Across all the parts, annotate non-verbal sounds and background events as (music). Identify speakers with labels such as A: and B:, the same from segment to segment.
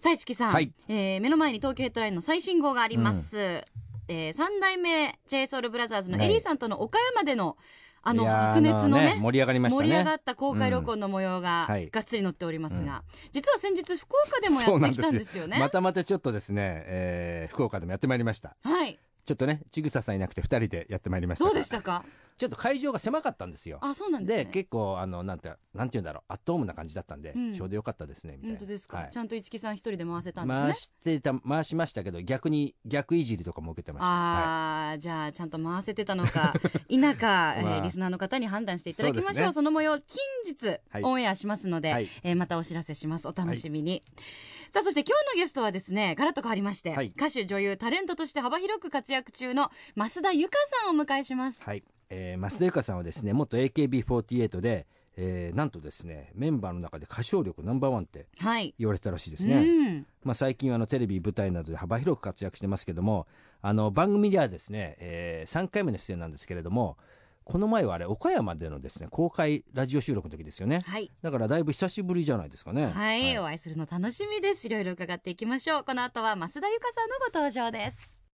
A: さいちきさん、
B: はい
A: えー目の前に東京ヘッドラインの最新号があります。えー三代目 j ソ o u l b r o t h e のエリーさんとの岡山での、あの
B: いやー
A: 白熱のね
B: 盛り上がりました
A: 盛り上が
B: ね
A: った公開録音の模様が
B: うんはい
A: がっつり載っておりますが、実は先日福岡でも
B: そう
A: や
B: な
A: っ
B: ん
A: てき
B: で
A: たん
B: すよ
A: ですよね。
B: またまたちょっとですね、えー福岡でもやってまいりました
A: はい、
B: ちょっとねちぐささんいなくて二人でやってまいりました
A: ど
B: が
A: うでしたか。
B: ちょっと会場が狭かったんですよ
A: あ、そうなんです
B: で
A: ね。
B: 結構あのなんてなんて言うんだろうアットホームな感じだったんで、
A: うん
B: ちょうどよかったですねみたいな
A: 本当ですか、
B: はい
A: ちゃんと一木さん一人で回せたんですね。
B: 回してた回しましたけど逆に逆いじりとかも受けてましたは
A: ああ、じゃあちゃんと回せてたのか
B: (laughs)
A: 否か、えー
B: まあ
A: リスナーの方に判断していただきましょう
B: そう
A: そ
B: ですね
A: の模様近日、
B: はい
A: オンエアしますので、
B: はい
A: えーまたお知らせしますお楽しみに、さあそして今日のゲストはですねガラッと変わりまして、
B: はい
A: 歌手女優タレントとして幅広く活躍中の増田由香さんをお迎えします、
B: い、はいえー増田由香さんはですね元 AKB48 で、えーなんとですねメンバーの中で歌唱力ナンバーワンって
A: はい
B: 言われてたらしいです
A: う
B: ね、
A: ん
B: まあ、最近はあのテレビ舞台などで幅広く活躍してますけどもあの番組ではですね、え3回目の出演なんですけれどもこの前はあれ岡山でのですね公開ラジオ収録の時ですよね
A: はい
B: だからだいぶ久しぶりじゃないですかね
A: はい、お会いするの楽しみですいろいろ伺っていきましょうこの後は増田由香さんのご登場です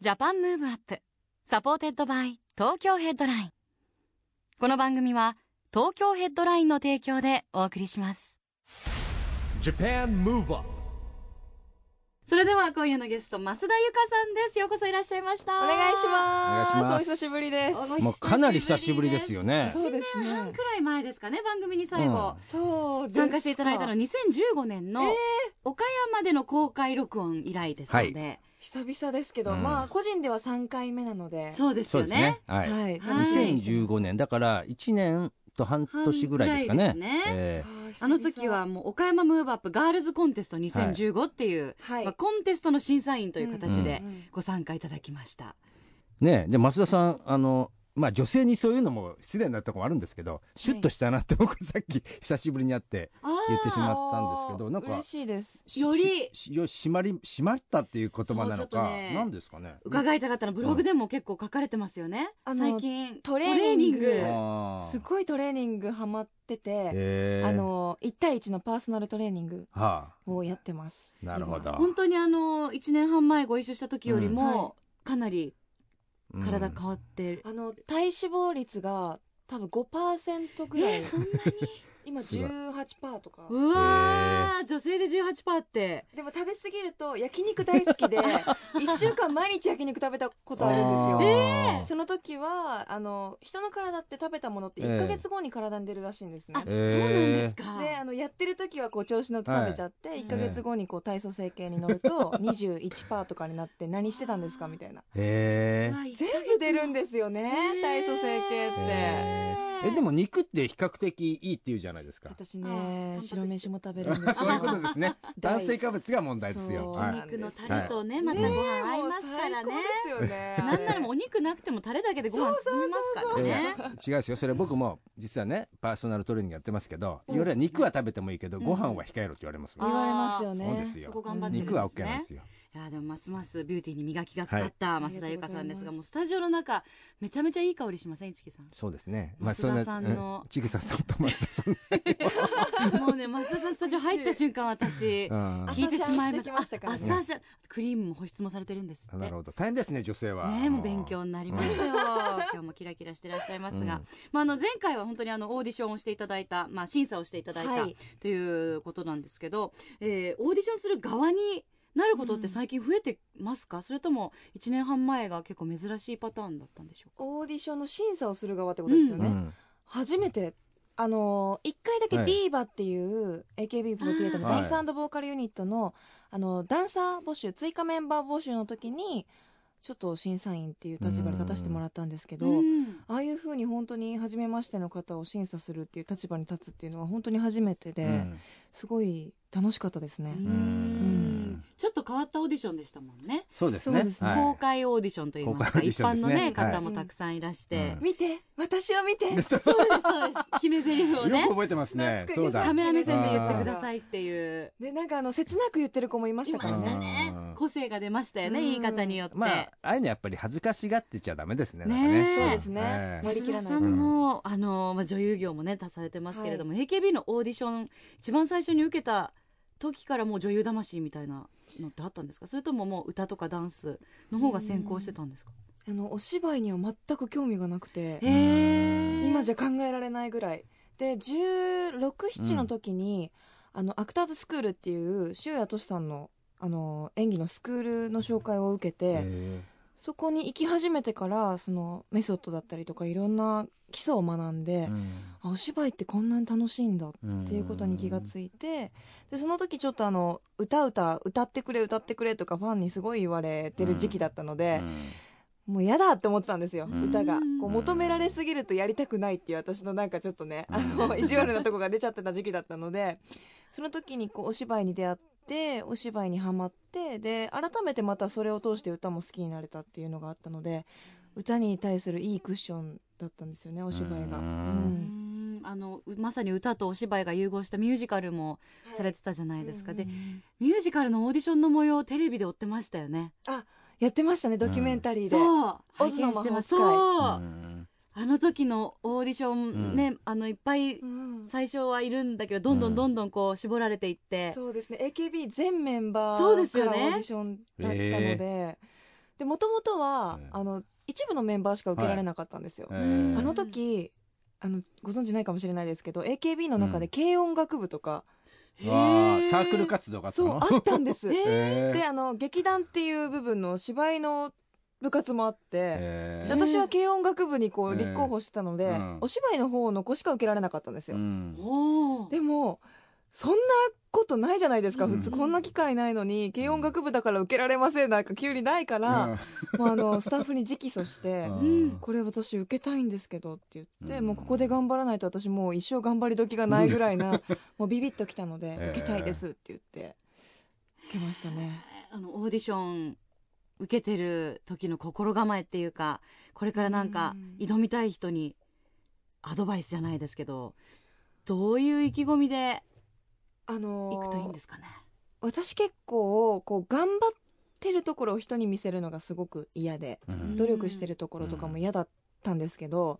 A: ジャパンムーブアップサポーテッドバイ東京ヘッドラインこの番組は東京ヘッドラインの提供でお送りします
C: Japan Move Up
A: それでは今夜のゲスト増田由香さんですようこそいらっしゃいました
D: お願いします。
B: お願いします
D: お久しぶりです。
A: お久しぶり
B: もうかなり久しぶりですよね
D: そうですね
A: 1年半くらい前ですかね番組に最後、
D: そうですか
A: 参加していただいたの2015年の
D: えー
A: 岡山での公開録音以来ですので、
D: 久々ですけど、
B: うん
D: まあ個人では三回目なので、
A: そうです
B: そう
A: よ
B: ですね
A: ね
B: は
D: はいい。楽しみにしてます
B: 2015年だから1年と半年ぐらいですかね
A: 半ぐらいですね
B: え
D: はあ久
A: あ
D: 々
A: の時はもう岡山ムーブアップガールズコンテスト2015っていう、
D: はい
A: まあ、コンテストの審査員という形で
D: うんうん
A: ご参加いただきました、
B: えねえで増田さんあのまあ女性にそういうのも失礼なとこもあるんですけどシュッとしたなって僕さっき久しぶりに会って
A: あー
B: 言ってしまったんですけどなんか
D: 嬉しいです。
B: し
A: より
B: しよ締まり締まったっていう言葉な
A: そう
B: の
A: ちょっ
B: か、
A: とね
B: なんですかね
A: 伺いたかったのブログでも結構書かれてますよね、
D: あの
A: 最近
D: トレーニング
A: トレー
B: あー
D: すごいトレーニングハマってて、
B: へえ
D: あの一対一のパーソナルトレーニング
B: は
D: をやってます。
B: あなるほど
D: 今
A: 本当にあの1年半前ご一緒した時より
D: うんは
A: も、かなり
B: うん
A: 体変わってる、
D: あの体脂肪率が多分5%ぐら
A: え
D: い
A: ー、、そんなに
D: 今18%とか。
A: うわー、女性で18%って
D: でも食べ過ぎると焼肉大好きで、一週間毎日焼肉食べたことあるんですよ。
B: あー
D: その時はあの人の体って食べたものって
B: ええ
D: 1か月後に体に出るらしいんですね
A: あ、、
B: えー
A: そうなんですか
D: であのやってる時はこう調子乗って食べちゃって、
A: い
D: 1か月後にこう体組成計に乗ると21%とかになって何してたんですかみたいな
B: へえ
A: うわ一ヶ
D: 全
A: 月
D: 部出るんですよね
A: え
D: 体組成計っ
B: へ
D: て
B: ええでも肉って比較的いいっていうじゃないですか
D: 私
A: あー
D: ね白
A: タンパク質
D: 飯も食べるんです
B: そういうことです
A: (laughs)
B: ね。
D: 大
B: 炭水化物が問題ですよ。
D: そう
B: はい
A: お肉のタレとね、またご
D: ねえ
A: 飯合いますからね
D: もう最高ですよね
A: なんならもうお肉なくてもタレだけでご飯進みますから
B: いやい
A: ね
B: や違うですよそれ僕も実はねパーソナルトレーニングやってますけど
D: そうですね
B: 夜は肉は食べてもいいけど
A: うん
B: ご飯は控えろって言われますもん
D: 言われますよ
B: そうで
D: ね
B: す
A: そ
B: よ
A: こ頑張ってるんで
B: 肉
A: すね
B: は OK なんですよ
A: いやでもますますビューティーに磨きがかかった
D: はい
A: 増田由香さんですが、
D: ありがとうございます
A: もうスタジオの中めちゃめちゃいい香りしません一木さん
B: そうですね
A: 増田さんの
B: うんちぐささんと松田さん
A: もうね増田さんスタジオ入った瞬間私
B: うん
D: あ
A: 聞いてしまい
D: 朝シャ
A: ま
D: ンしてき
A: す
D: ましたからね
A: 朝シャンクリームも保湿もされてるんですって
B: なるほど大変ですね女性は
A: ねえもう勉強になりますよ、
B: うん
A: 今日もキラキラしてらっしゃいますが、
B: うん
A: まあ、あの前回は本当にあのオーディションをしていただいた、まあ、審査をしていただいた、
D: はい
A: ということなんですけど、えーオーディションする側になることって最近増えてますか、それとも1年半前が結構珍しいパターンだったんでしょうか
D: オーディションの審査をする側ってことですよ
B: う
D: ね
B: ん
D: 初めてあの1回だけ
B: はい
D: DIVA っていう AKB48 のダンスボーカルユニットの,、あのダンサー募集追加メンバー募集の時にちょっと審査員っていう立場に立たせてもらったんですけど、
A: うん
D: ああいうふうに本当に初めましての方を審査するっていう立場に立つっていうのは本当に初めてで、
B: うん
D: すごい楽しかったですね、
A: うん
B: ん
A: ちょっと変わったオーディションでしたもんね、
B: そうですね
D: そうですね
B: はい
A: 公開オーディションといいます
B: 公
A: か、
B: 開オーディ
A: 一
B: ション
A: 般
B: です
A: の、
B: ね
A: ね、
B: はい
A: 方もたくさんいらして、
B: うん
D: 見て私を見て
A: (laughs) そうですそうです決め台詞を
B: よ
A: ね
B: く覚えてますね
D: 懐かしい
B: そうだ
A: カメラ目線で言ってく
B: さ
A: ださいっていう
D: でなんかあの切なく言ってる子もいましたから
B: いました
D: ね
A: ね
B: うん
A: 個性が出ましたよね
D: うん
A: 言い方によって、
B: まあああいうのやっぱり恥ずかしがってちゃダメですねなんか
A: ねえそうです
D: ね
B: ええ
D: 割り切らない
A: 安田
D: と
A: さんも、あのまあ、女優業もね出されてますけれども、AKB のオーディション一番最初に受けた時からもう女優魂みたいなのってあったんですかそれとももう歌とかダンスの方が先行してたんですか
D: あのお芝居には全く興味がなくて
B: ん
A: へえ
D: 今じゃ考えられないぐらいで
B: うん
D: 167の時に、あのアクターズスクールっていう周也俊さんのあの演技のスクールの紹介を受けて、
B: え
D: そこに行き始めてからそのメソッドだったりとかいろんな基礎を学ん
B: え
D: で、あお芝居ってこんなに楽しいんだっ
B: うん
D: ていうことに気がついてでその時ちょっとあの歌歌歌ってくれ歌ってくれとかファンにすごい言われてる時期だったので、
B: うん
D: もう嫌だって思ってたんですよ、
B: うん
D: 歌が
A: うん
D: こう求められすぎるとやりたくないっていう私のなんかちょっとね、あ
B: う
D: の
B: ん
D: 意地悪なとこが出ちゃってた時期だったのでその時にこうお芝居に出会ってお芝居にはまってで改めてまたそれを通して歌も好きになれたっていうのがあったので歌に対するいいクッションだったんですよねお芝居が。
B: う
D: うんん
A: うんあのうまさに歌とお芝居が融合したミュージカルもされてたじゃないですか、でミュージカルのオーディションの模様をテレビで追ってましたよね
D: やってましたねドキュメンタリーで。
A: そう
D: オ
A: 拝
D: ズの
A: 見し
D: 魔法使い
A: てますそう、
B: うん
A: あの時のオーディションね、あのいっぱい
D: うん
A: 最初はいるんだけどどんど
B: うん
A: んどんどんこう絞られていって、
D: そうですね AKB 全メンバー
A: そうです
D: か
A: よ
D: らオ
A: ね
D: ーディションだったので,、でもともとは、
B: ええ
D: あの一部のメンバーしか受けられなかったんですよ、
B: ええ
D: あの時あのご存知ないかもしれないですけど AKB の中で軽音楽部とか、
B: わあ
A: へえ
B: サークル活動があった
D: そう
B: の
D: あった
A: (laughs)
D: んです、
A: え
B: ええ
D: であの劇団っていう部分の芝居の部活もあって、
B: え
D: で
B: え
D: 私は軽音楽部にこ
B: え
D: う
B: え
D: 立候補してたので、
B: うん
D: お芝居の方の子しか受けられなかったんですよ、
B: うん
A: おー
D: でもそんなことないじゃないですか、
B: うん
D: 普通こんな機会ないのに軽音楽部だから受けられませんなんか急にないから、もうあのスタッフに直訴して
B: うん
A: うん
D: これ私受けたいんですけどって言って、
B: うん
D: もうここで頑張らないと私もう一生頑張り時がないぐらいなもうビビッときたので、
B: ええ
D: 受けたいですって言って受けましたね
A: あのオーディション受けてる時の心構えっていうかこれからなんか
D: うん
A: 挑みたい人にアドバイスじゃないですけどどういう意気込みで
D: あのー
A: いくといいんですかね
D: 私結構こう頑張ってるところを人に見せるのがすごく嫌で
B: うん
D: 努力してるところとかも嫌だったんですけど、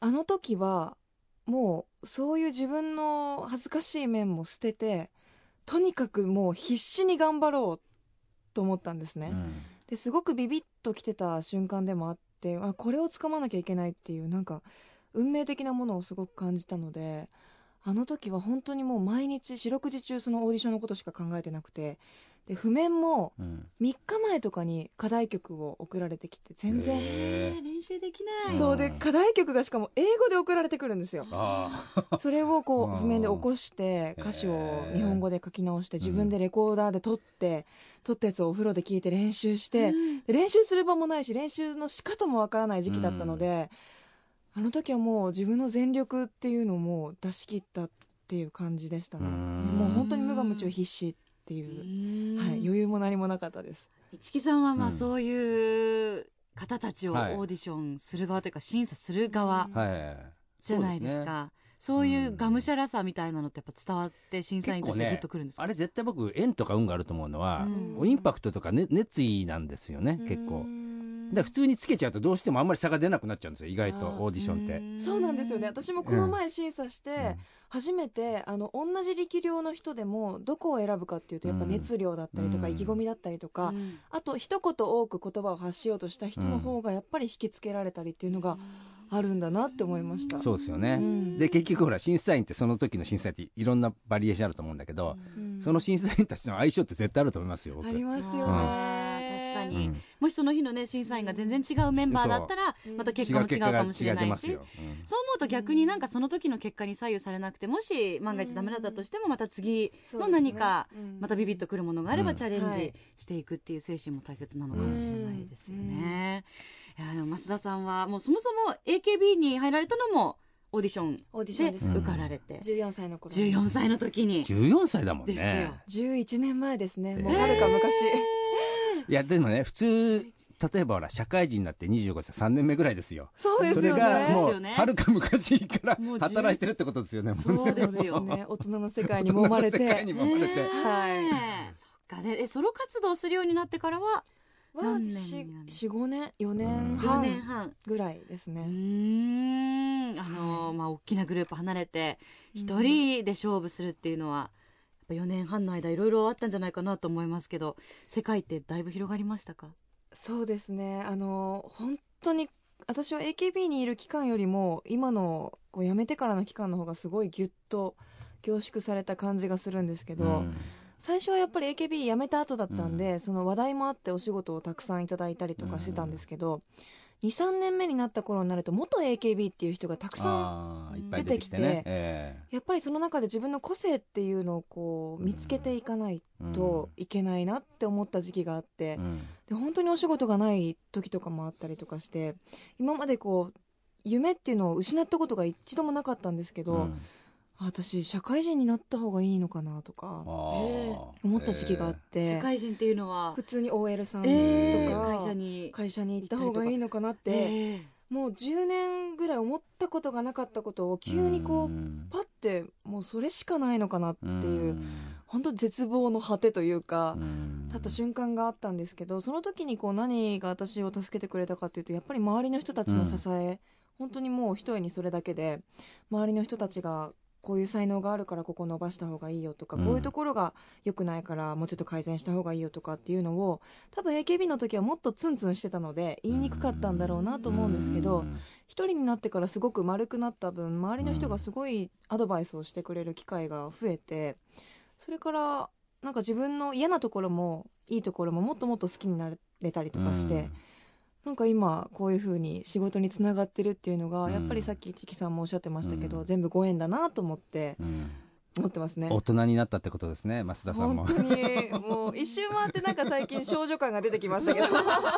D: あの時はもうそういう自分の恥ずかしい面も捨ててとにかくもう必死に頑張ろうと思ったんですね、
B: うん
D: ですごくビビッときてた瞬間でもあってあこれを掴まなきゃいけないっていうなんか運命的なものをすごく感じたのであの時は本当にもう毎日四六時中そのオーディションのことしか考えてなくてで譜面も
B: うん
D: 3日前とかに課題曲を送られてきて全然
B: え
A: えー練習できない
D: そう
B: う
D: で
B: ん
D: 課題曲がしかも英語で送られてくるんですよ
B: あ
D: それをこ
B: あー
D: う譜面で起こして歌詞を日本語で書き直して自分でレコーダーで撮って撮ったやつをお風呂で聞いて練習して
A: うん
D: で練習する場もないし練習の仕方もわからない時期だったのであの時はもう自分の全力っていうのをもう出し切ったっていう感じでした
B: あ
D: ね
B: も
D: もう本当に無我夢中必死ってい
A: う
D: う、
A: ん
D: はい、余裕も何もなかったです
A: 市木さんはま
B: う
A: あ
B: ん
A: そういう方たちをオ
B: はい
A: ーディションする側というか審査する側
B: はい
A: じゃないですか、そうい
B: うん
A: うがむしゃらさみたいなのってやっぱ伝わって審査員としてグ
B: 結構ね
A: ッとくるんですか、
B: あれ絶対僕縁とか運があると思うのは、
A: うん
B: インパクトとか、ね、熱意なんですよね結構だから普通につけちゃうとどうしてもあんまり差が出なくなっちゃうんですよ意外と
D: あー
B: オーディションって。
D: そうなんですよね私もこの前審査して、初めてあの同じ力量の人でもどこを選ぶかっていうとやっぱ熱量だったりとか、
B: うん
D: 意気込みだったりとか、
A: うん
D: あと一言多く言葉を発しようとした人の方がやっぱり引きつけられたりっていうのがあるんだなって思いました。
B: そうですよね、
D: うん
B: で結局ほら審査員ってその時の審査員っていろんなバリエーションあると思うんだけど、
D: うん
B: その審査員たちの相性って絶対あると思いますよ僕
D: ありますよね、
A: あー確か
B: う
A: に
B: ん
A: もしその日のね審査員が全然違うメンバーだったら
D: そう
A: また結果も違うかもしれな
B: 違う
A: い
B: 結
A: し
B: 果が違ってますよ、うん
A: そう思うと逆になんかその時の結果に左右されなくてもし万が一ダメだったとしてもまた次の何かまたビビッとくるものがあれ
B: う
A: ば
B: ん
A: チャレン
D: は
A: ジ
D: い
A: していくっていう精神も大切なのかもしれないですよね。いやでも増田さんはもうそもそも AKB に入られたのもオーディション
D: オーディション
A: で
D: です、
B: うん
A: 受かられて、
D: 14歳の頃
A: 14歳の時に
B: 14歳だもん
A: です
B: ね
A: よ。
D: 11年前ですねもう
B: えー
D: はるか昔、
B: いやでもね普通例えばほら社会人になって25歳3年目ぐらいですよ
D: そうです
B: そ
D: よ
B: れ
D: ね
B: がも
A: です
B: う
A: よね
B: はるか昔から
A: もう十
B: 働いてるってことですよねもうね
A: そうですよ
D: ね大人の世界に揉まれ
B: 大人の世界
D: て (laughs)
B: に揉まれて、
A: ねえ
D: は
A: そっかでえソロ活動するようになってからは
D: は
A: 何年になる
D: 45年4
B: うん
D: 年
A: 4年
D: 半
A: 半
D: ぐらいですね、
A: うーんあのーまあ大きなグループ離れて
D: うん
A: 一人で勝負するっていうのはやっぱ4年半の間いろいろあったんじゃないかなと思いますけど世界ってだいぶ広がりましたか
D: そうですねあの本当に私は AKB にいる期間よりも今のこう辞めてからの期間の方がすごいギュッと凝縮された感じがするんですけど、
B: うん
D: 最初はやっぱり AKB 辞めた後だったんで、その話題もあってお仕事をたくさんいただいたりとかしてたんですけど、23年目になった頃になると元 AKB っていう人がたくさん
B: あーいっぱい出てきてね
D: 出てきて
B: え
D: やっぱりその中で自分の個性っていうのをこう見つけていかない
B: えうん
D: といけないなって思った時期があって、
B: うん
D: で本当にお仕事がない時とかもあったりとかして今までこう夢っていうのを失ったことが一度もなかったんですけど、
B: うん
D: あ私社会人になった方がいいのかなとか
B: あー
D: 思った時期があって、
A: 社会人っていうのは
D: 普通に OL さんとか、
A: え
B: と
A: ー、会社に
D: 会社に行った方がいいのかなって、
A: え
D: もう10年ぐらい思ったことがなかったことを急にこう、
B: ん
D: パッてもうそれしかないのかなっていう、
B: ん
D: 本当絶望の果てというか。
B: うん
D: 立った瞬間があったんですけどその時にこう何が私を助けてくれたかというとやっぱり周りの人たちの支え、本当にもう一重にそれだけで周りの人たちがこういう才能があるからここ伸ばした方がいいよとか、
B: うん
D: こういうところが良くないからもうちょっと改善した方がいいよとかっていうのを多分 AKB の時はもっとツンツンしてたので言いにくかったんだろうなと思うんですけど、
B: うん
D: 一人になってからすごく丸くなった分周りの人がすごいアドバイスをしてくれる機会が増えてそれからなんか自分の嫌なところもいいところももっともっと好きになれたりとかして、
B: うん
D: なんか今こういうふうに仕事につながってるっていうのが、
B: うん
D: やっぱりさっきチキさんもおっしゃってましたけど、
B: うん
D: 全部ご縁だなと思って
B: うん
D: 思ってますね。
B: 大人になったってことですね増田さん
D: 本
B: も
D: 当にもう一周回ってなんか最近少女感が出てきまし
B: (laughs)
D: たけど
B: (laughs)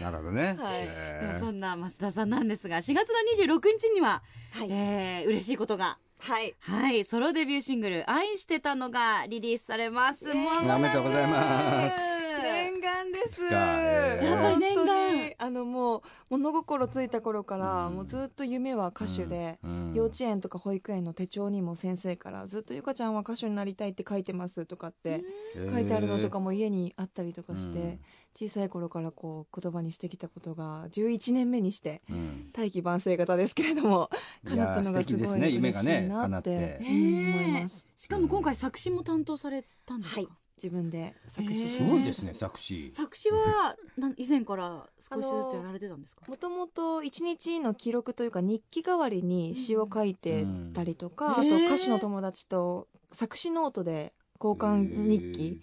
B: なるほどね、
D: はい
A: ーでも
B: え
A: そんな増田さんなんですが4月の26日には、
D: はい、
A: えー、嬉しいことが
D: はい、
A: はいソロデビューシングル「愛してたの」がリリースされます
D: イエーイ
B: おめでとうございます
D: 念願です。
B: ですかえーやっぱ
A: り念願
D: 本当にあのもう物心ついた頃から、
B: うん
D: もうずっと夢は歌手で、
B: うん
D: 幼稚園とか保育園の手帳にも先生からずっとゆかちゃんは歌手になりたいって書いてますとかって書いてあるのとかも家にあったりとかして、小さい頃からこう言葉にしてきたことが11年目にして
B: うんうん
D: 大器晩成型ですけれども叶ったのがす
B: いや素敵で
D: ご
B: すね
D: い
B: 夢
D: 嬉
B: が
D: し
B: ね
D: いなって,、
B: 叶って
D: うん思います。
A: しかも今回作詞も担当されたんですか、
D: はい自分で作詞し
B: す
D: ま
B: ごい
D: した
B: ですね作詞
A: 作詞は (laughs) なん以前から少しずつやられてたんですか、
D: もともと一日の記録というか日記代わりに詩を書いてたりと
A: う
D: か、
A: ん
D: あ
A: へ
D: と
A: ー
D: 歌手の友達と作詞ノートで交換日記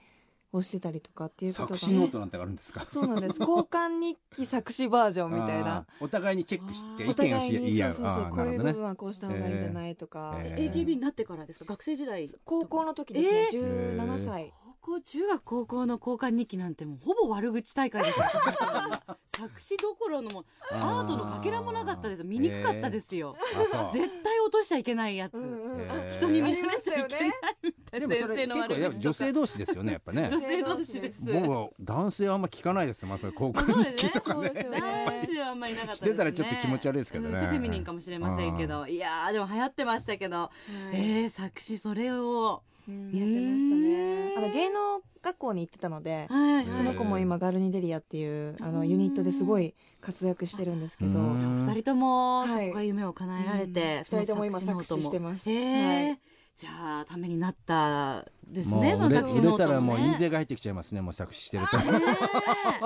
D: をしてたりとかって
B: え
D: い
B: ー
D: うこと
B: 作
D: が、
B: 詞ノートなんてあるんですか
D: そうなんです交換日記作詞バージョン (laughs) みたいな
B: あーお互いにチェックして
A: あー
B: 意見
D: お
B: を
D: 互い
B: し
D: に
B: 言い合
D: そう
B: う
D: そう
B: あ
D: そう
B: ー
D: こ
B: な
D: う
B: る
D: いう
B: ほ
D: 部
B: どね
D: 分はこうした方がいいんじゃないとか、
B: えー、
A: AKB になってからですか学生時代
D: 高校の時ですね、17歳
A: 高校中学高校の交換日記なんてもうほぼ悪口大会ですよ (laughs) 作詞どころのもうアートのかけらもなかったですよ見にくかったですすよ、
B: えーあそう
A: 絶対落としちゃいけないやつ、
D: うんうん、
B: え
D: あ
B: ー
A: 人に
D: あ
A: 見
D: り
A: ら
D: ま
A: れ
D: し
A: ちゃ
D: た
A: い
D: よ
A: け
D: ね
A: ないみたい
B: で
A: な
B: もそ
A: 先
B: れ
A: 生の
B: 結構
A: 悪
B: やっぱ
A: 口
B: 女性同士ですよねやっぱね
A: (laughs) 女性同士です
B: 僕は男性はあんま聞かないですまあそれ交換日記とか
D: そう
B: ね
D: ですよ
A: 男
D: ね
A: 子ではあんまりなかったです、
B: し
A: ね、
B: てたらちょっと気持ち悪いですけどね
A: うんちょっとフェミニンかもしれませんけどいやーでも流行ってましたけど、
D: はい
A: えー、作詞それを、
D: うんやってましたね
A: うん
D: あの芸能学校に行ってたので
A: はい
B: へー
D: その子も今ガルニデリアっていうあのユニットですごい活躍してるんですけど
B: うん
D: は
A: 二人とも
D: はい
A: そこから夢を叶えられて、
D: うん
A: その
D: 二人とも今作詞
A: ノート
D: してます
A: へー
D: はい
A: じゃあためになったです
B: もう
A: ねその
B: 売れ
A: 作詞
B: 売れ
A: ノー
B: た
A: ト
B: らもう
A: もね
B: 印税が入ってきちゃいますねもう作詞してると
A: ね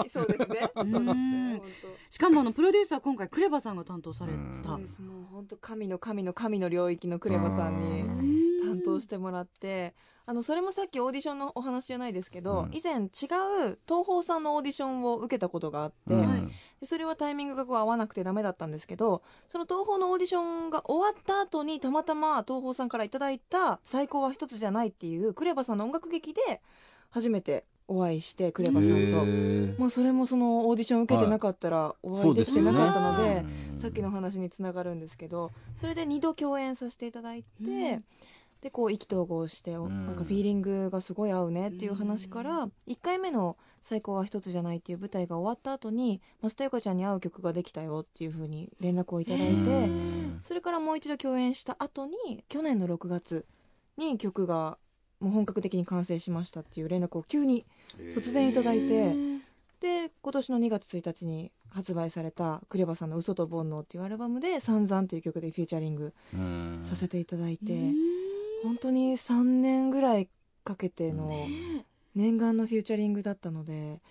A: え
D: い (laughs) そうですねそうです
A: うん
D: ね本当
A: しかもあのプロデューサー今回クレバさんが担当された
D: そうですもう本当神の神の神の領域のクレバさんに
B: うん
D: 担当しててもらってあのそれもさっきオーディションのお話じゃないですけ
B: う
D: ど、
B: ん
D: 以前違う東宝さんのオーディションを受けたことがあって、
B: うん
A: はい
D: でそれはタイミングがこう合わなくてダメだったんですけどその東宝のオーディションが終わった後にたまたま東宝さんからいただいた「最高は一つじゃない」っていうクレバさんの音楽劇で初めてお会いしてクレ
B: え
D: バさんと、
B: ー
D: まあ、それもそのオーディション受けてなかったらお会いできてなかったの
B: そ
D: で,、
B: うすよね
D: さっきの話につながるんですけどそれで2度共演させていただいて、でこう意気投合して、お
B: うん
D: なんかフィーリングがすごい合うねっていう話から、
A: う
D: 1回目の「最高は一つじゃない」っていう舞台が終わった後に増田優香ちゃんに会う曲ができたよっていうふうに連絡をいただいて、
B: うん
D: それからもう一度共演した後に去年の6月に曲がもう本格的に完成しましたっていう連絡を急に突然いただいて。で今年の2月1日に発売されたクレバさんの「嘘と煩悩」っていうアルバムで「さんざん」っていう曲でフィーチャリング
B: うん
D: させていただいて、
A: で
D: 本当に3年ぐらいかけての念願のフューチャリングだったので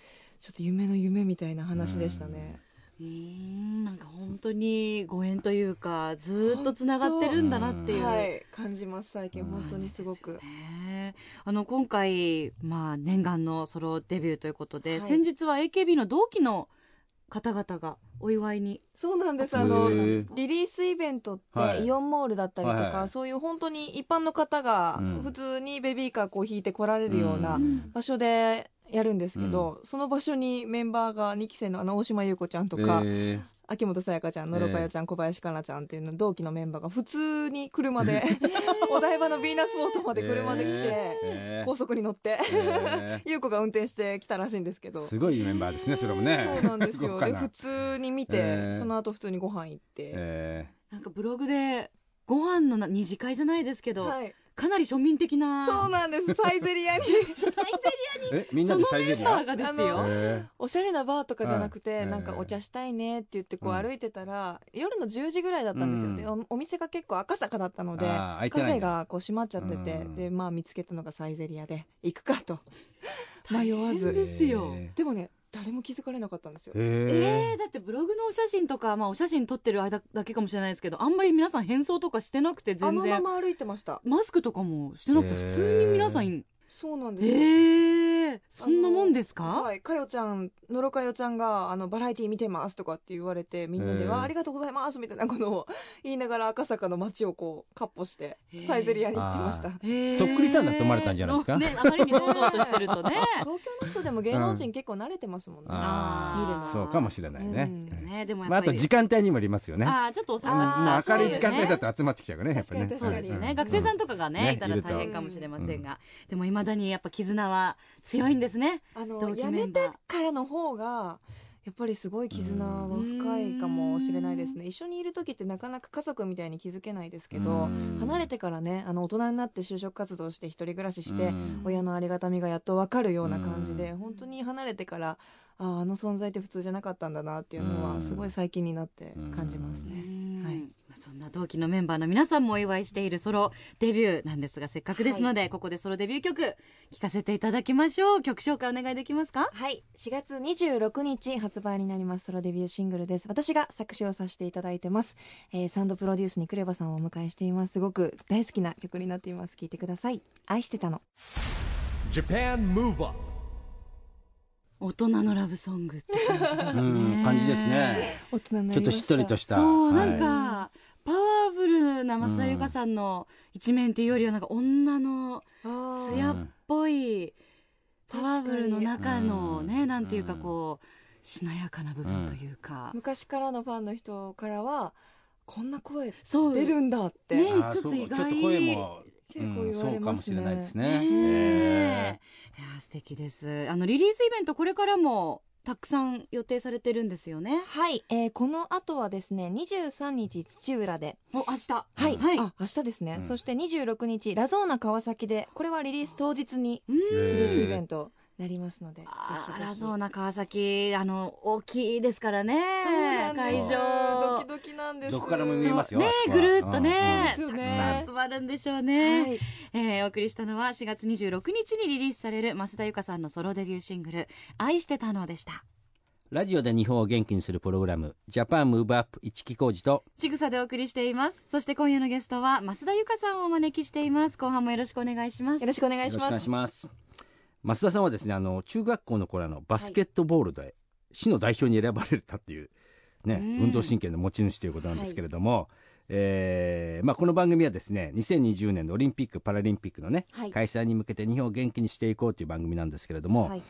D: ちょっと夢の夢みたいな話でしたね。
A: うーんなんか本当にご縁というかずーっとつながってるんだなっていう。
D: はい感じます最近
B: うん
D: 本当にすごく、
A: ねあの今回、まあ、念願のソロデビューということで、
D: はい
A: 先日は AKB の同期の方々がお祝いに
D: そうなんです
B: へ
D: あ
B: ー
D: の
A: リ
D: リリースイベントっ
B: は
D: て
B: い
D: イオンモールだったりとか、
B: はいはい
D: そういう本当に一般の方が
B: うん
D: 普通にベビーカーこう引いて来られるような
A: うん
D: 場所でやるんですけど、その場所にメンバーが2期生のあの大島優子ちゃんとか、
B: えー
D: 秋元さやかちゃん野呂佳代ちゃん、小林香菜ちゃんっていうの同期のメンバーが普通に
B: (laughs)
D: 車でお台場のヴィーナスフォートまで車で来て、
B: えー
D: 高速に乗って
B: え
D: 優子が運転してきたらしいんですけど
B: ー。すごいメンバーですねそれもね
D: そうなんですよ。
B: 豪華
D: で
B: な
D: 普通に見て、
B: えー
D: その後普通にご飯行って、
B: え
A: なんかブログでご飯のな二次会じゃないですけど、
D: はい、
A: かなり庶民的な
D: そうなんです。サイゼリアに
B: ーえみんなでサイゼリ
A: メンバ
B: ア
A: ーがです
D: あ
A: よ
D: の。
B: え
D: おしゃれなバーとかじゃなくて、
B: はい
D: なんかお茶したいねって言ってこう
B: うん
D: 歩いてたら、夜の10時ぐらいだったんですよ、
B: うん
D: でおお店が結構赤坂だったので
B: あー開い
D: カ
B: て
D: フ
B: ないん
D: ェ
B: だ
D: がこう閉まっちゃってて、
B: うん
D: でまあ見つけたのがサイゼリアで行くかと迷わ
A: 大変
D: ず
A: ですよ
B: え
D: でもね誰も気づかれなかったんですよ
B: ーえ
A: えー、だってブログのお写真とか、まあ、お写真撮ってる間だけかもしれないですけどあんまり皆さん変装とかしてなくて
D: あ
A: 全
D: のま
A: 然
D: ま歩いてました
A: マスクとかもしてなくて
B: へー
A: 普通に皆さん
D: そうなん
A: え
D: ですよ、
A: ー、そんなもんですか、
D: はい、かよちゃん、のろかよちゃんが、あの、バラエティ見てますとかって言われて、みんなで、
B: へー
D: わあ、ありがとうございますみたいなことを言いながら、赤坂の街をこう、かっ歩して
A: へ、ー
D: サイゼリアに行ってました。
A: へー
B: そっくりさんだって思われたんじゃないですか
A: ね、あまりに堂々としてるとね
B: (laughs)
D: 東京の人でも芸能人結構慣れてますもんね。
B: うん
A: あー
B: そうかもしれないね、
D: うん
B: えー
A: ねでもやっ
B: まあ、
A: ぱ
B: あ
A: り、
B: と時間帯にもよりますよね
A: あーちょっと遅く
D: あー
A: な
B: も
A: っ
B: う
A: た
B: 明るい時間帯だ
A: そうですね
B: と集まってきちゃうからねやっぱね
D: 確か
A: そう
D: に確か
A: で
D: に
A: すね、
B: うん
A: 学生さんとかがね
B: ね
A: いたら大変かもしれませんが、でもいまだにやっぱ絆は強いんですね
D: あ
A: 同
D: の、
A: 期
D: や
A: メ
D: め
A: ンバー
D: てからの方が、やっぱりすごい絆は深いかもしれないですね。一緒にいる時ってなかなか家族みたいに気づけないですけ
B: う
D: ど
B: ん、
D: 離れてからね、あの、大人になって就職活動して一人暮らしして、
B: うん
D: 親のありがたみがやっと分かるような感じで、本当に離れてからあーあの存在って普通じゃなかったんだなっていうの
B: う
D: は
B: ん
D: すごい最近になって感じます
A: う
D: ね。
A: ん
D: はい
A: まあそんな同期のメンバーの皆さんもお祝いしているソロデビューなんですがせっかくですので、ここでソロデビュー曲聴かせていただきましょう曲紹介お願いできますか
D: はい4月26日発売になりますソロデビューシングルです私が作詞をさせていただいてます、えーサウンドプロデュースにクレバさんをお迎えしていますすごく大好きな曲になっています聴いてください愛してたの
C: Japan Move Up
A: 大人のラブソングって感じですね、
B: うん感じですね
D: 大人にな
B: ちょっ
D: り
B: と
D: ま
B: し
D: し
B: ったとりとした
A: そう、なん
B: はい
A: か、パワフルな増田優香さんの一面っていうよりは、なんか女の
D: あー
A: 艶っぽい、パ
D: 確
A: ワ
D: かに
A: フルの中のね、
B: うん
A: なんていうかこう、しなやかな部分というか、
D: 昔からのファンの人からはこんな声
A: そう。
D: 出るんだって、
A: ね
B: あー
A: ちょっと
B: そう
A: 意外
B: ちょっと声も
D: 結構言われ
B: うんそう
D: ますね
B: かもしれないです
A: ね
B: ね
A: えいや、素敵です。あの、リリースイベントこれからも、たくさん予定されてるんですよね。
D: はい、えーこの後はですね23日土浦で
A: お、明日。
D: はい、
A: はい。
D: あ明日ですね、
B: うん
D: そして26日ラゾーナ川崎でこれはリリース当日に
A: うん
B: え
D: リ
B: ー
D: リースイベントになりますので、
A: あ
D: ぜひぜ
A: ら
D: ひ
A: そうな川崎あの大きいですからね
D: そうなん
A: 会
D: です
A: 場
D: ドキドキなんです
B: どこからも見えますよ
A: ね
B: あそこは
A: ぐるっとね,、
D: うんうんですよね
A: たくさん集まるんでしょうね、
D: はい、
A: えーお送りしたのは4月26日にリリースされる増田由香さんのソロデビューシングル「愛してたの」でした
B: ラジオで日本を元気にするプログラムジャパンムーブアップ一木工事と
A: ちぐさでお送りしていますそして今夜のゲストは増田由香さんをお招きしています後半もよろしくお願いします
D: よろしくお願いし
B: よろ
D: ま
B: く
D: す
B: ます増田さんはですねあの中学校の頃あのバスケットボールで、市の代表に選ばれたっていうね
A: うん
B: 運動神経の持ち主ということなんですけれども、えーまあ、この番組はですね2020年のオリンピック・パラリンピックのね、
D: はい
B: 開催に向けて日本を元気にしていこうという番組なんですけれども、
D: はい、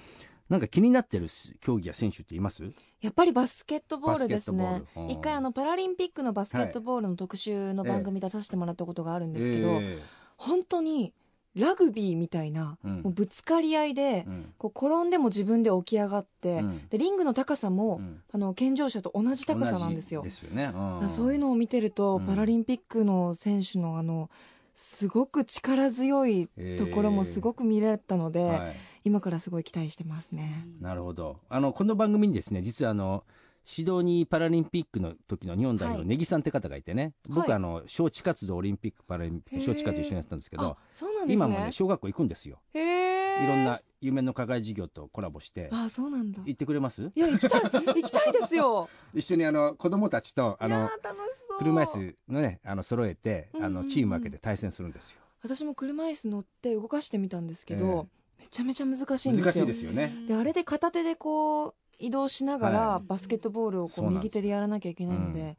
B: なんか気になってる競技や選手っています
D: やっぱりバスケットボールです
B: バス
D: ね
B: ケットボールうん
D: 一回あのパラリンピックのバスケットボールの特集の番組出させてもらったことがあるんですけど、
B: え
D: 本当にラグビーみたいな、
B: うん
D: もうぶつかり合いで
B: ー、うん
D: こう転んでも自分で起き上がって、
B: うん
D: でリングの高さも、
B: うん
D: あの健常者と同じ高さなんですよ。
B: 同じね
D: だ
B: う
D: から
B: ん
D: そういうのを見てると、
B: うん
D: パラリンピックの選手のあのすごく力強いところもすごく見られたので、
B: はい
D: 今からすごい期待してますね。
B: なるほどあのこの番組にですね実はあのシドニーパラリンピックの時の日本代表
D: は
B: の
D: い
B: 根木さんって方がいてね、僕
D: はい
B: あの招致活動オリンピック・パラリンピッ
D: へ
B: ク
D: ー
B: 招致活動一緒にやってたんですけど
D: あ、そうなんですね。
B: 今もね小学校行くんですよ
D: へえ。
B: いろん。な夢の課外事業とコラボして
D: あ、そうなんだ。い
B: 行ってくれます
D: や行きたい行きたいですよ。
B: 一緒にあの子供たち (laughs) とあ
D: いや
B: の
D: ー楽しそう。
B: 車椅子のねあの揃えてあ
D: うんうんう
B: の
D: ん
B: チーム分けて対戦するんですよ、
D: 私も車椅子乗って動かしてみたんですけど、めちゃめちゃ難しいんです
B: 難しい
D: よ。
B: ですよね
D: であれで片手でこう移動しながら、
B: は
D: バスケットボールを
B: そ
D: こ
B: う
D: う
B: なんです
D: 右手でやらなきゃいけないので、
B: うん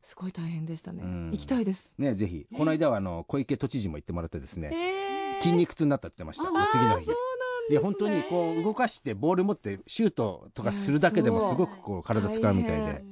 D: すごい大変でしたね、
B: うん
D: 行きたいです、
B: ねぜひこの間はあの小池都知事も行ってもらってです
D: え
B: ね
D: ー、
B: 筋肉痛になったって言ってました
A: あ
B: もう次の日
D: そう
B: いや本当にこう動かしてボール持ってシュートとかするだけで
D: い
B: も
D: や
B: すごくこう体使うみたい
D: 大
B: で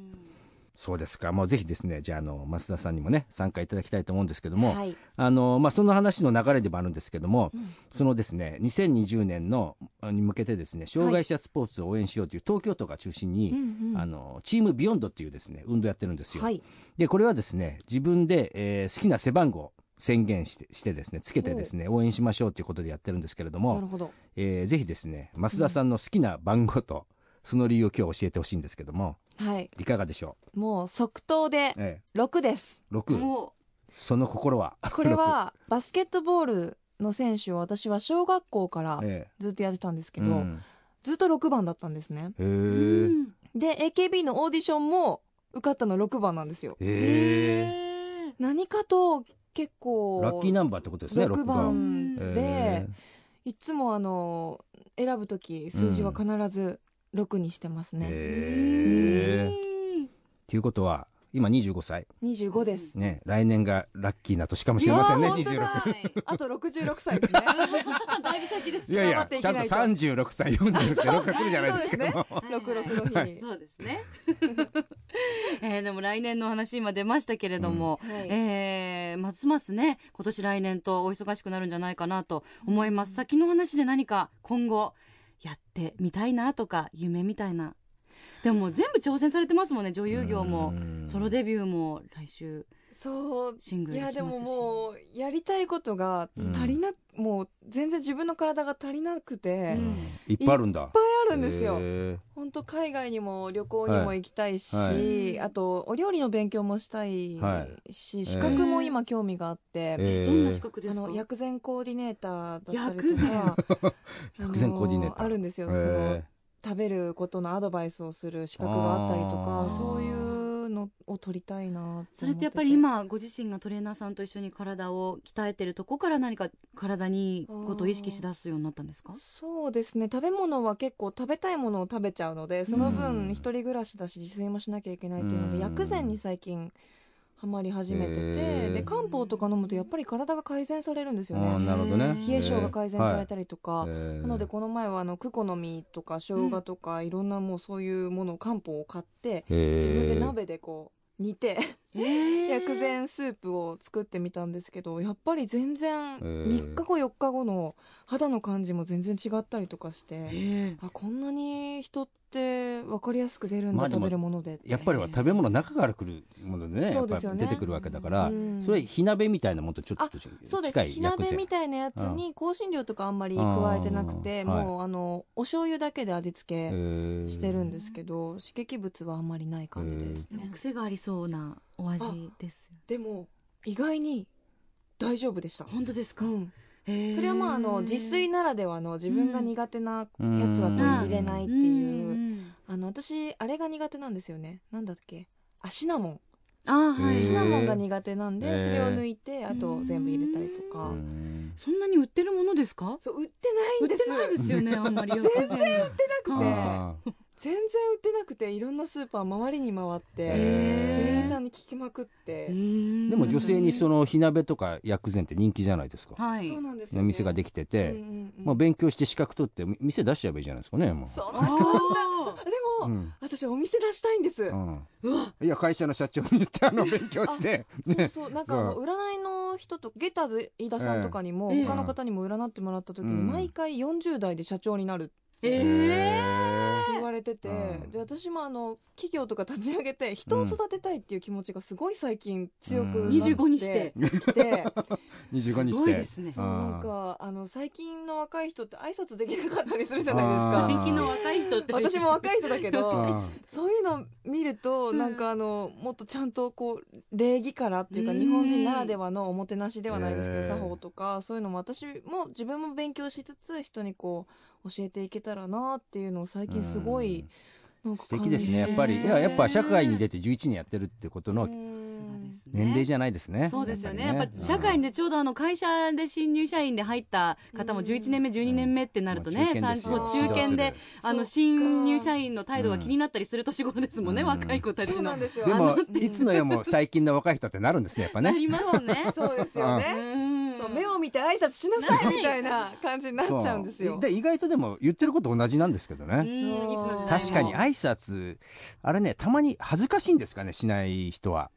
B: そうですかもうぜひですねじゃああの増田さんにもね参加いただきたいと思うんですけども、
D: はい
B: あのまあ、その話の流れでもあるんですけども、
D: うん
B: そのですね2020年のに向けてですね障害者スポーツを応援しようという東京都が中心に、
D: うんうん
B: あのチームビヨンドっていうですね運動やってるんですよ。
D: はい
B: でこれはですね自分で、えー好きな背番号を宣言してしてですねつけてですね応援しましょうということでやってるんですけれども。
D: なるほど
B: えーぜひですね増田さんの好きな番号と、その理由を今日教えてほしいんですけども
D: はい
B: いかがでしょ
D: もう即答で
B: う、え
D: 6です
B: え6
A: も
B: その心は
D: これはバスケットボールの選手を私は小学校から
B: え
D: ずっとやってたんです
B: え
D: けど、
B: うん
D: ずっと6番だったんですね
B: へ
A: う、
B: ー
A: うん
D: で AKB のオーディションも受かったの6番なんですよ
B: ええ
A: へー
D: 何かと結構
B: ラッキーナンバーってことですね
D: 6
B: 6
D: 番
B: 番
A: 番
D: で、
B: え
D: いつもあの選ぶとき数字は必ず6にしてます
B: え
D: ね、
B: ええということは今25歳
D: 25です
B: ね来年がラッキーな年かもしれませんね
D: いやー本当
B: 26
D: だ
A: はい
D: あと66歳ですね
A: (laughs) だいぶ先です
B: い
A: けど
B: やい
D: 頑張
B: や
D: ってい
B: ち
D: け
B: ゃ
D: ない
B: ん
D: と
B: と36歳46が来
D: (laughs)
B: るじゃないですけども、
A: はい
D: 66の日に、
A: そうですね。 (laughs) えーでも来年のお話今出ましたけれども、
D: はい
A: えーますますね今年来年とお忙しくなるんじゃないかなと思います、先の話で何か今後やってみたいなとか夢みたいなでももう全部挑戦されてますもんね女優業も
B: うん
A: ソロデビューも来週
D: そう
A: シングル
D: い
A: しま
D: や
A: すし
D: でももうやりたいことが
B: うん
D: 足りな、もう全然自分の体が足りなくて、
A: う
D: いっ
A: ん
B: いっぱいあるんだいっぱい
D: ぱいあるんですよ、
B: え
D: 本当海外にも旅行にも行きたいし、
B: はい
A: はい
D: あとお料理の勉強もしたい
B: は
D: し、資格も今興味があって、
B: え
A: どんな資格で
D: あ
A: すか
D: の薬膳コーディネーターだった
A: 薬
D: りと
A: 膳
D: か (laughs) あの
B: 薬膳コーディネーター
D: あるんですよ、そ
B: え
D: の食べることのアドバイスをする資格があったりと
B: あ
D: か
B: ー
D: そういうのを取りたいな
A: それってやっぱり今ご自身がトレーナーさんと一緒に体を鍛えてるとこから何か体にいいことを意識しだすようになったんですか
D: そうですね食べ物は結構食べたいものを食べちゃうのでその
B: うん
D: 分一人暮らしだし自炊もしなきゃいけないっていうの
B: う
D: で
B: ん
D: 薬膳に最近はまり始めて
B: へー
D: てで漢方とか飲むとやっぱり体が改善されるんですよ
B: あー
D: ね
B: なるほどね
A: ー
D: 冷え性が改善された
B: り
D: りとかなのでこの前はあのクコの実とか生姜とかいろんなもうそういうものを漢方を買って自
B: 自
D: 分で鍋でこう煮て薬
A: 薬
D: 膳スープを作ってみたんですけどやっぱり全然
B: えー
D: 3日後4日後の肌の感じも全然違ったりとかしてあこんなに人って分かりやすく出るん
B: ま
D: だ
B: あでも
D: 食べるものでって
B: やっぱりは食べ物の中からくるものでね
D: そうですよね
B: やっぱ出てくるわけだから、
D: うん
B: それ火鍋みたいなものとちょっと近い
D: そうです火鍋み
B: た
D: たいなやつに香辛料とかあんまり加えてなくて
B: あーはい
D: もうあのお醤油だけで味付けしてるん
B: で
D: ですけど刺激物はあんまりない感じです
A: でも
D: ね
A: 癖がありそうなお味ですよね
D: でも意外に大丈夫でした
A: 本当です
D: う
A: か、
D: ん
A: へー
D: それはまああの自炊ならではの自分が苦手なやつはこう入れないって
A: ん
D: いう
A: うん
D: あの私あれが苦手なんですよねなんだっけあシナモン
A: あーはい、
B: へー
D: シナモンが苦手なんで
B: へー
D: それを抜いてあと全部入れたりとか
A: そんなに売ってるものですか
D: そう売ってない
A: 売
D: ん
A: って
B: (laughs)
D: です
A: ないですよねあんまり
D: 全然
A: 売って
D: なくて全然売ってなくていろんなスーパー回りに回って
B: へ
D: 店員さんに聞きまくって、
B: で
A: で
B: も女性にその火鍋とか薬膳って人気じゃないですか、
A: はい
D: そうなんですよ、
B: ね
D: ね、
B: 店ができてて、
D: うんうんうん
B: まあ、勉強して資格取ってみ店出しちゃえばいいじゃないですかねもう
D: そん
A: お
D: な変わった
A: ー
D: でも、
B: ん
D: 私お店出したいんです、
B: うん
A: うわ
B: いや会社の社長に言ってあの勉強して、 (laughs) ね、
D: そうそうなんかあの
B: そ
D: 占いの人とゲターズ飯田さんとかにも、
A: ええ
D: 他の方にも占ってもらった時に、
B: うん
D: 毎回40代で社長になるって
A: え
B: へ
A: え
B: ー
D: 言われてて、
B: うん
D: で私もあの企業とか立ち上げて人を育てたいっていう気持ちがすごい最近強く
B: うん
D: なって
A: 25にして
B: (laughs)
D: きて、
B: 25にして
A: すごいですね
D: そう
B: あー
D: なんかあの最近の若い人って挨拶できなかったりするじゃ
B: あ
D: ないです
B: ー
D: か
A: 最近の若い人って
D: 私も若い人だけ
B: う
D: ど
B: ん
D: そういうの見ると
A: うん
D: なんかあのもっとちゃんとこう礼儀からっていうか
A: うん
D: 日本人ならではのおもてなしではないですけ
B: え
D: ど
B: ー
D: 作法とかそういうのも私も自分も勉強しつつ人にこう教えていけたらなっていうのを最近すごいなんか
B: 素
D: 感
B: 敵
D: じ
B: ですねやっぱり
A: ね
B: いややっぱ社会に出て11年やってるってことの
D: うん
B: 年齢じゃないですね
A: そうですよね。
B: や
A: や
B: っぱ
A: っぱ
B: り
A: 社会
B: う
A: に
B: ん
A: ね、ちょうどあの会社で新入社員で入った方も
D: うん
A: 11年目、12年目ってなるとね、
B: まあ
A: 産
B: 中堅です
A: そ
B: よ
A: う中堅で、あ
D: そっ
A: の
D: か
A: 新入社員の態度が気になったりする年頃ですもんね、
B: うん
A: 若い子たち
D: そうな
A: の
D: ん。ですよ
B: で
D: あ
B: も
D: の
B: いつの世も最近の若い人ってなるんですねやっぱ
A: な
B: ね
A: ります
B: (laughs)
A: ね。
D: そうですよ
A: う
D: ね
A: ん
D: そう目を見て挨拶しなさいみたいな感 (laughs) じになっちゃうんですよ
B: そうで意外とでも言ってること同じなんですけど
A: うん
B: ね
A: いつの時代も
B: 確かに挨拶あれねたまに恥ずかしいんですかねしない人は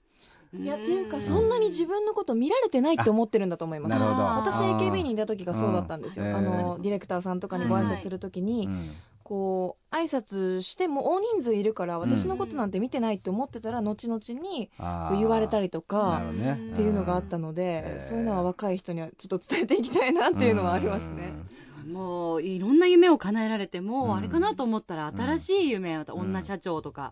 D: うんいやっていうかそんなに自分のこと見られてないって思ってるんだと思います
B: なるほど
A: あー
D: 私
B: あー
D: AKB にいた時がそうだったんですよ、
B: うん
D: あのディレクターさんとかにご挨拶する時に、
B: うん
D: こう挨拶しても大人数いるか
B: う
D: ら
B: ん
D: 私のことなんて見てないって思ってたら後々に
B: あー
D: 言われたりと
B: なる
D: か
B: ほどね
D: っていうのがあったので、
B: うん
D: そういうのは若い人にはちょっと伝えていきたいなっていうのはありますね。
A: もういろんな夢を叶えられても
B: うん
A: うあれかなと思ったら新しい夢、また女社長とか、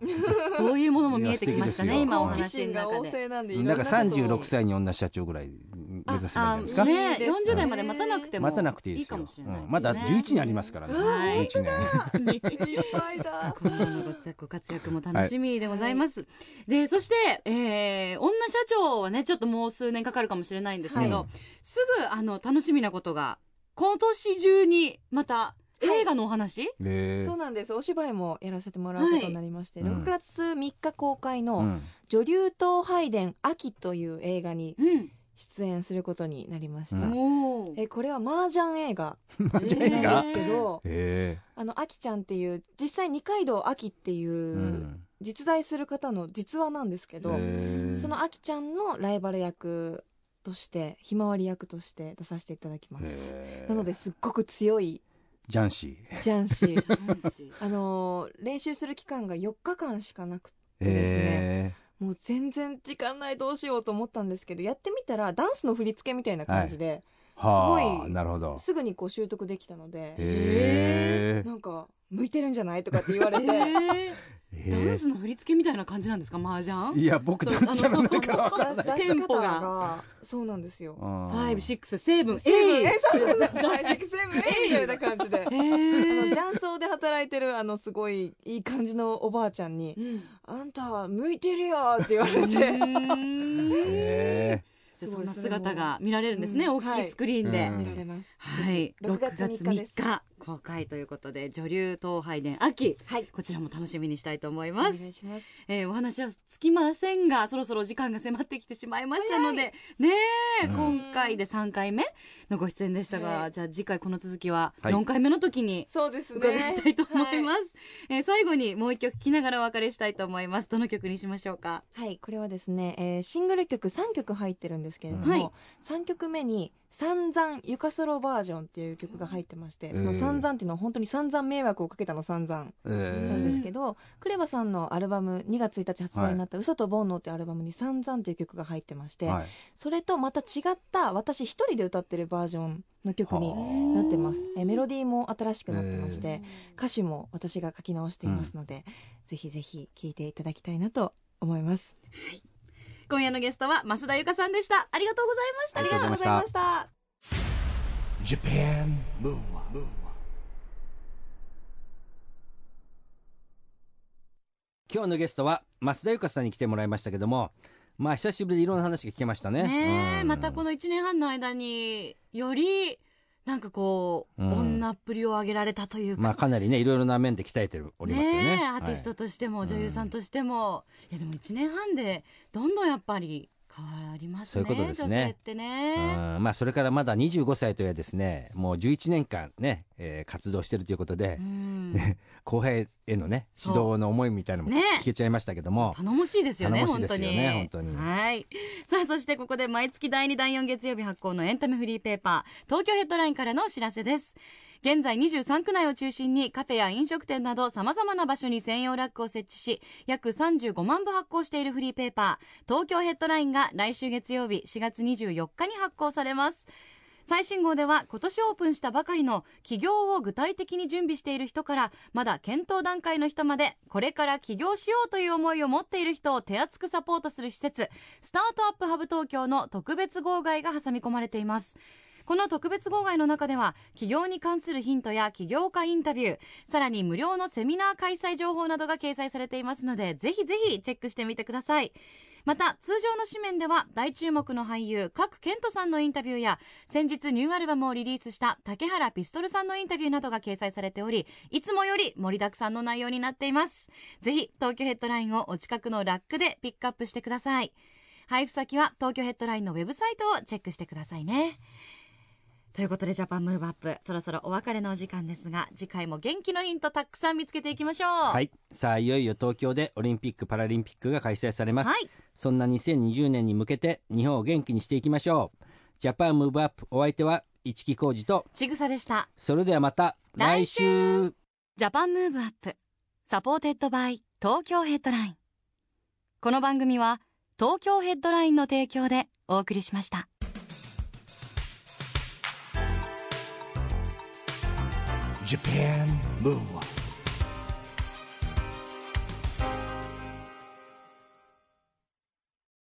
A: そういうものも見えてきました
B: いや素敵ですよ
A: ね今お
D: 好奇
A: 話
D: 心
A: の
D: が
A: 中で。
D: 旺盛なんでい
B: うん
D: ろ
B: だ
D: ん
B: か
D: なこ
B: ら
D: とを
B: 36歳に女社長ぐらい目指せばいいんじゃないですか
A: あね
D: いいですね
A: 40代まで待たなくても
B: 待たなくていいですよ
A: かもしれないですね、
B: うんまだ11年ありますからね
A: はい
B: 11年 (laughs)
A: (laughs)
D: いっぱいだ
A: 今後のご活躍も楽しみでございます。で、そして、えー、女社長はね、ちょっともう数年かかるかもしれないんですけど、
B: はい
A: すぐ、あの、楽しみなことが、今年中に、また、映画のお話、
B: え
D: そう
B: ー
D: なんですお芝居もやらせてもらうことになりまして、
B: はいうん
D: 6月3日公開
B: う
D: の
B: ん
D: 「女流刀拝殿秋」という映画に
A: うん。
D: 出演することになりました、
B: うん
A: おー。
D: えこれは麻雀映
B: (laughs)
D: 画
A: マ
B: ジ
D: なん
B: 映画
D: ですけど、
B: え
D: あの、秋ちゃんっていう、実際二階堂秋っていう、
B: ーうん
D: 実在する方の実話なんですけど、
B: えー
D: その秋ちゃんのライバル役として、ひまわり役として出させていただきます。
B: えー
D: なのですっごく強い
B: ジャンシー
D: ジャンシ
B: (laughs)
A: う
D: ー
A: ん
D: あのー練習する期間が4日間しかなくて
B: え
D: もう全然時間ないどうしようと思ったんですけどやってみたらダンスの振り付けみたいな感じで、
B: ーは
D: す
B: あ
D: ごい
B: なるほど
D: すぐにこう習得できたので、
B: えー
D: なんか向いてるんじゃないとかって
A: (laughs)
D: 言われて、
B: え
A: えー、ダ
B: ー
A: ンスの振り付けみたいな感じなんですか、麻雀
B: いや僕ダンスやらないからわからない
A: テ
D: 出し
A: ンポ
D: 方
A: が
D: がそうなんですよ。
A: ?5、
B: シ
A: 6、7、
D: セブン、え、
A: 8。
D: そうそうそう、大セブン、えみたいな感じで。
A: え
D: あの、
A: ー。
D: 雀荘で働いてる、あの、すごい、いい感じのおばあちゃんに
A: う、ん
D: あんた、向いてるよって言われ
A: う
D: て。
A: ーん
B: え
A: じゃあそんな姿が見られるんですね、
D: うん
A: 大きいスクリーンで。
B: はいうん
D: 見られます。
A: はい、
D: 6
A: 6
D: 月
A: 月
D: 3
A: 3
D: 日
A: 日
D: です
A: 公開ということで女流東拝殿秋
D: はい。
A: こちらも楽しみにしたいと思い
D: お願
A: ま
D: い
A: す。
D: します。
A: えーお話は尽きませんが、そろそろ時間が迫ってきてしまいましたので、ねえ、
B: うん
A: 今回で3回目のご出演でしたが、
D: はい
A: じゃあ次回この続きは
B: はい
A: 4回目の時に
D: そうですね。。
A: 伺いたいと思いますす。えー最後にもう一曲聴きながらお別れしたいと思います。どの曲にしましょうか。
D: はい、これはですね、えーシングル曲3曲入ってるんですけれども、
A: はい
D: 3曲目に「散々床ソロバージョン」っていう曲が入ってまして、その「散々」っていうのは本当に散々迷惑をかけたの散々
B: ーえ
D: なん
B: ー
D: ですけど、クレバさんのアルバム2月1日発売になった「嘘と煩悩」っていうアルバムに「散々」っていう曲が入ってまして、
B: はい
D: それとまた違った私一人で歌ってるバージョンの曲になってます、えメロディーも新しくなってまして、歌詞も私が書き直していますので、ぜひぜひ聴いていただきたいなと思います
A: 今夜のゲストは増田由香さんでした。ありがとうございました。
B: ありがとうございました
D: した。
C: Japan Move Up, Move Up.
B: 今日のゲストは増田由香さんに来てもらいましたけどもまあ久しぶりでいろんな話が聞けましたね
A: ねえ、
B: うん
A: またこの1年半の間によりなんかこう、
B: うん
A: 女っぷりを上げられたというか。
B: まあかなりねいろいろな面で鍛えておりますよね
A: えアーティストとしても、
B: はい
A: 女優さんとしても、いやでも1年半でどんどんやっぱり変わりますね
B: そういうことですね
A: 女性ってね、
B: うんまあ、それからまだ25歳というですねもう11年間ね、えー活動してるということで、
A: うん
B: 後輩へのね
A: そう
B: 指導の思いみたいなのも
A: ね
B: 聞けちゃいましたけども、
A: 頼もしいですよね
B: 頼もしい
A: 本
B: です
A: 当
B: よ
A: に
B: ね本当に
A: はいさあそしてここで毎月第2第4月曜日発行のエンタメフリーペーパー東京ヘッドラインからのお知らせです現在23区内を中心にカフェや飲食店など様々な場所に専用ラックを設置し約35万部発行しているフリーペーパー東京ヘッドラインが来週月曜日4月24日に発行されます最新号では今年オープンしたばかりの起業を具体的に準備している人からまだ検討段階の人までこれから起業しようという思いを持っている人を手厚くサポートする施設スタートアップハブ東京の特別号外が挟み込まれていますこの特別号外の中では起業に関するヒントや起業家インタビューさらに無料のセミナー開催情報などが掲載されていますのでぜひぜひチェックしてみてくださいまた通常の紙面では大注目の俳優賀来賢人さんのインタビューや先日ニューアルバムをリリースした竹原ピストルさんのインタビューなどが掲載されておりいつもより盛りだくさんの内容になっていますぜひ東京ヘッドラインをお近くのラックでピックアップしてください配布先は東京ヘッドラインのウェブサイトをチェックしてくださいねということでジャパンムーブアップそろそろお別れのお時間ですが次回も元気のヒントたくさん見つけていきましょう
B: は
A: はい、
B: い、さあいよいよ東京でオリンピック・パラリンピックが開催されます、そんな2020年に向けて日本を元気にしていきましょうジャパンムーブアップお相手は市木浩二と
A: ちぐさでした
B: それではまた
A: 来
B: 来週
A: ジャパンムーブアップサポーテッドバイ東京ヘッドラインこの番組は東京ヘッドラインの提供でお送りしました
C: Japan Move Up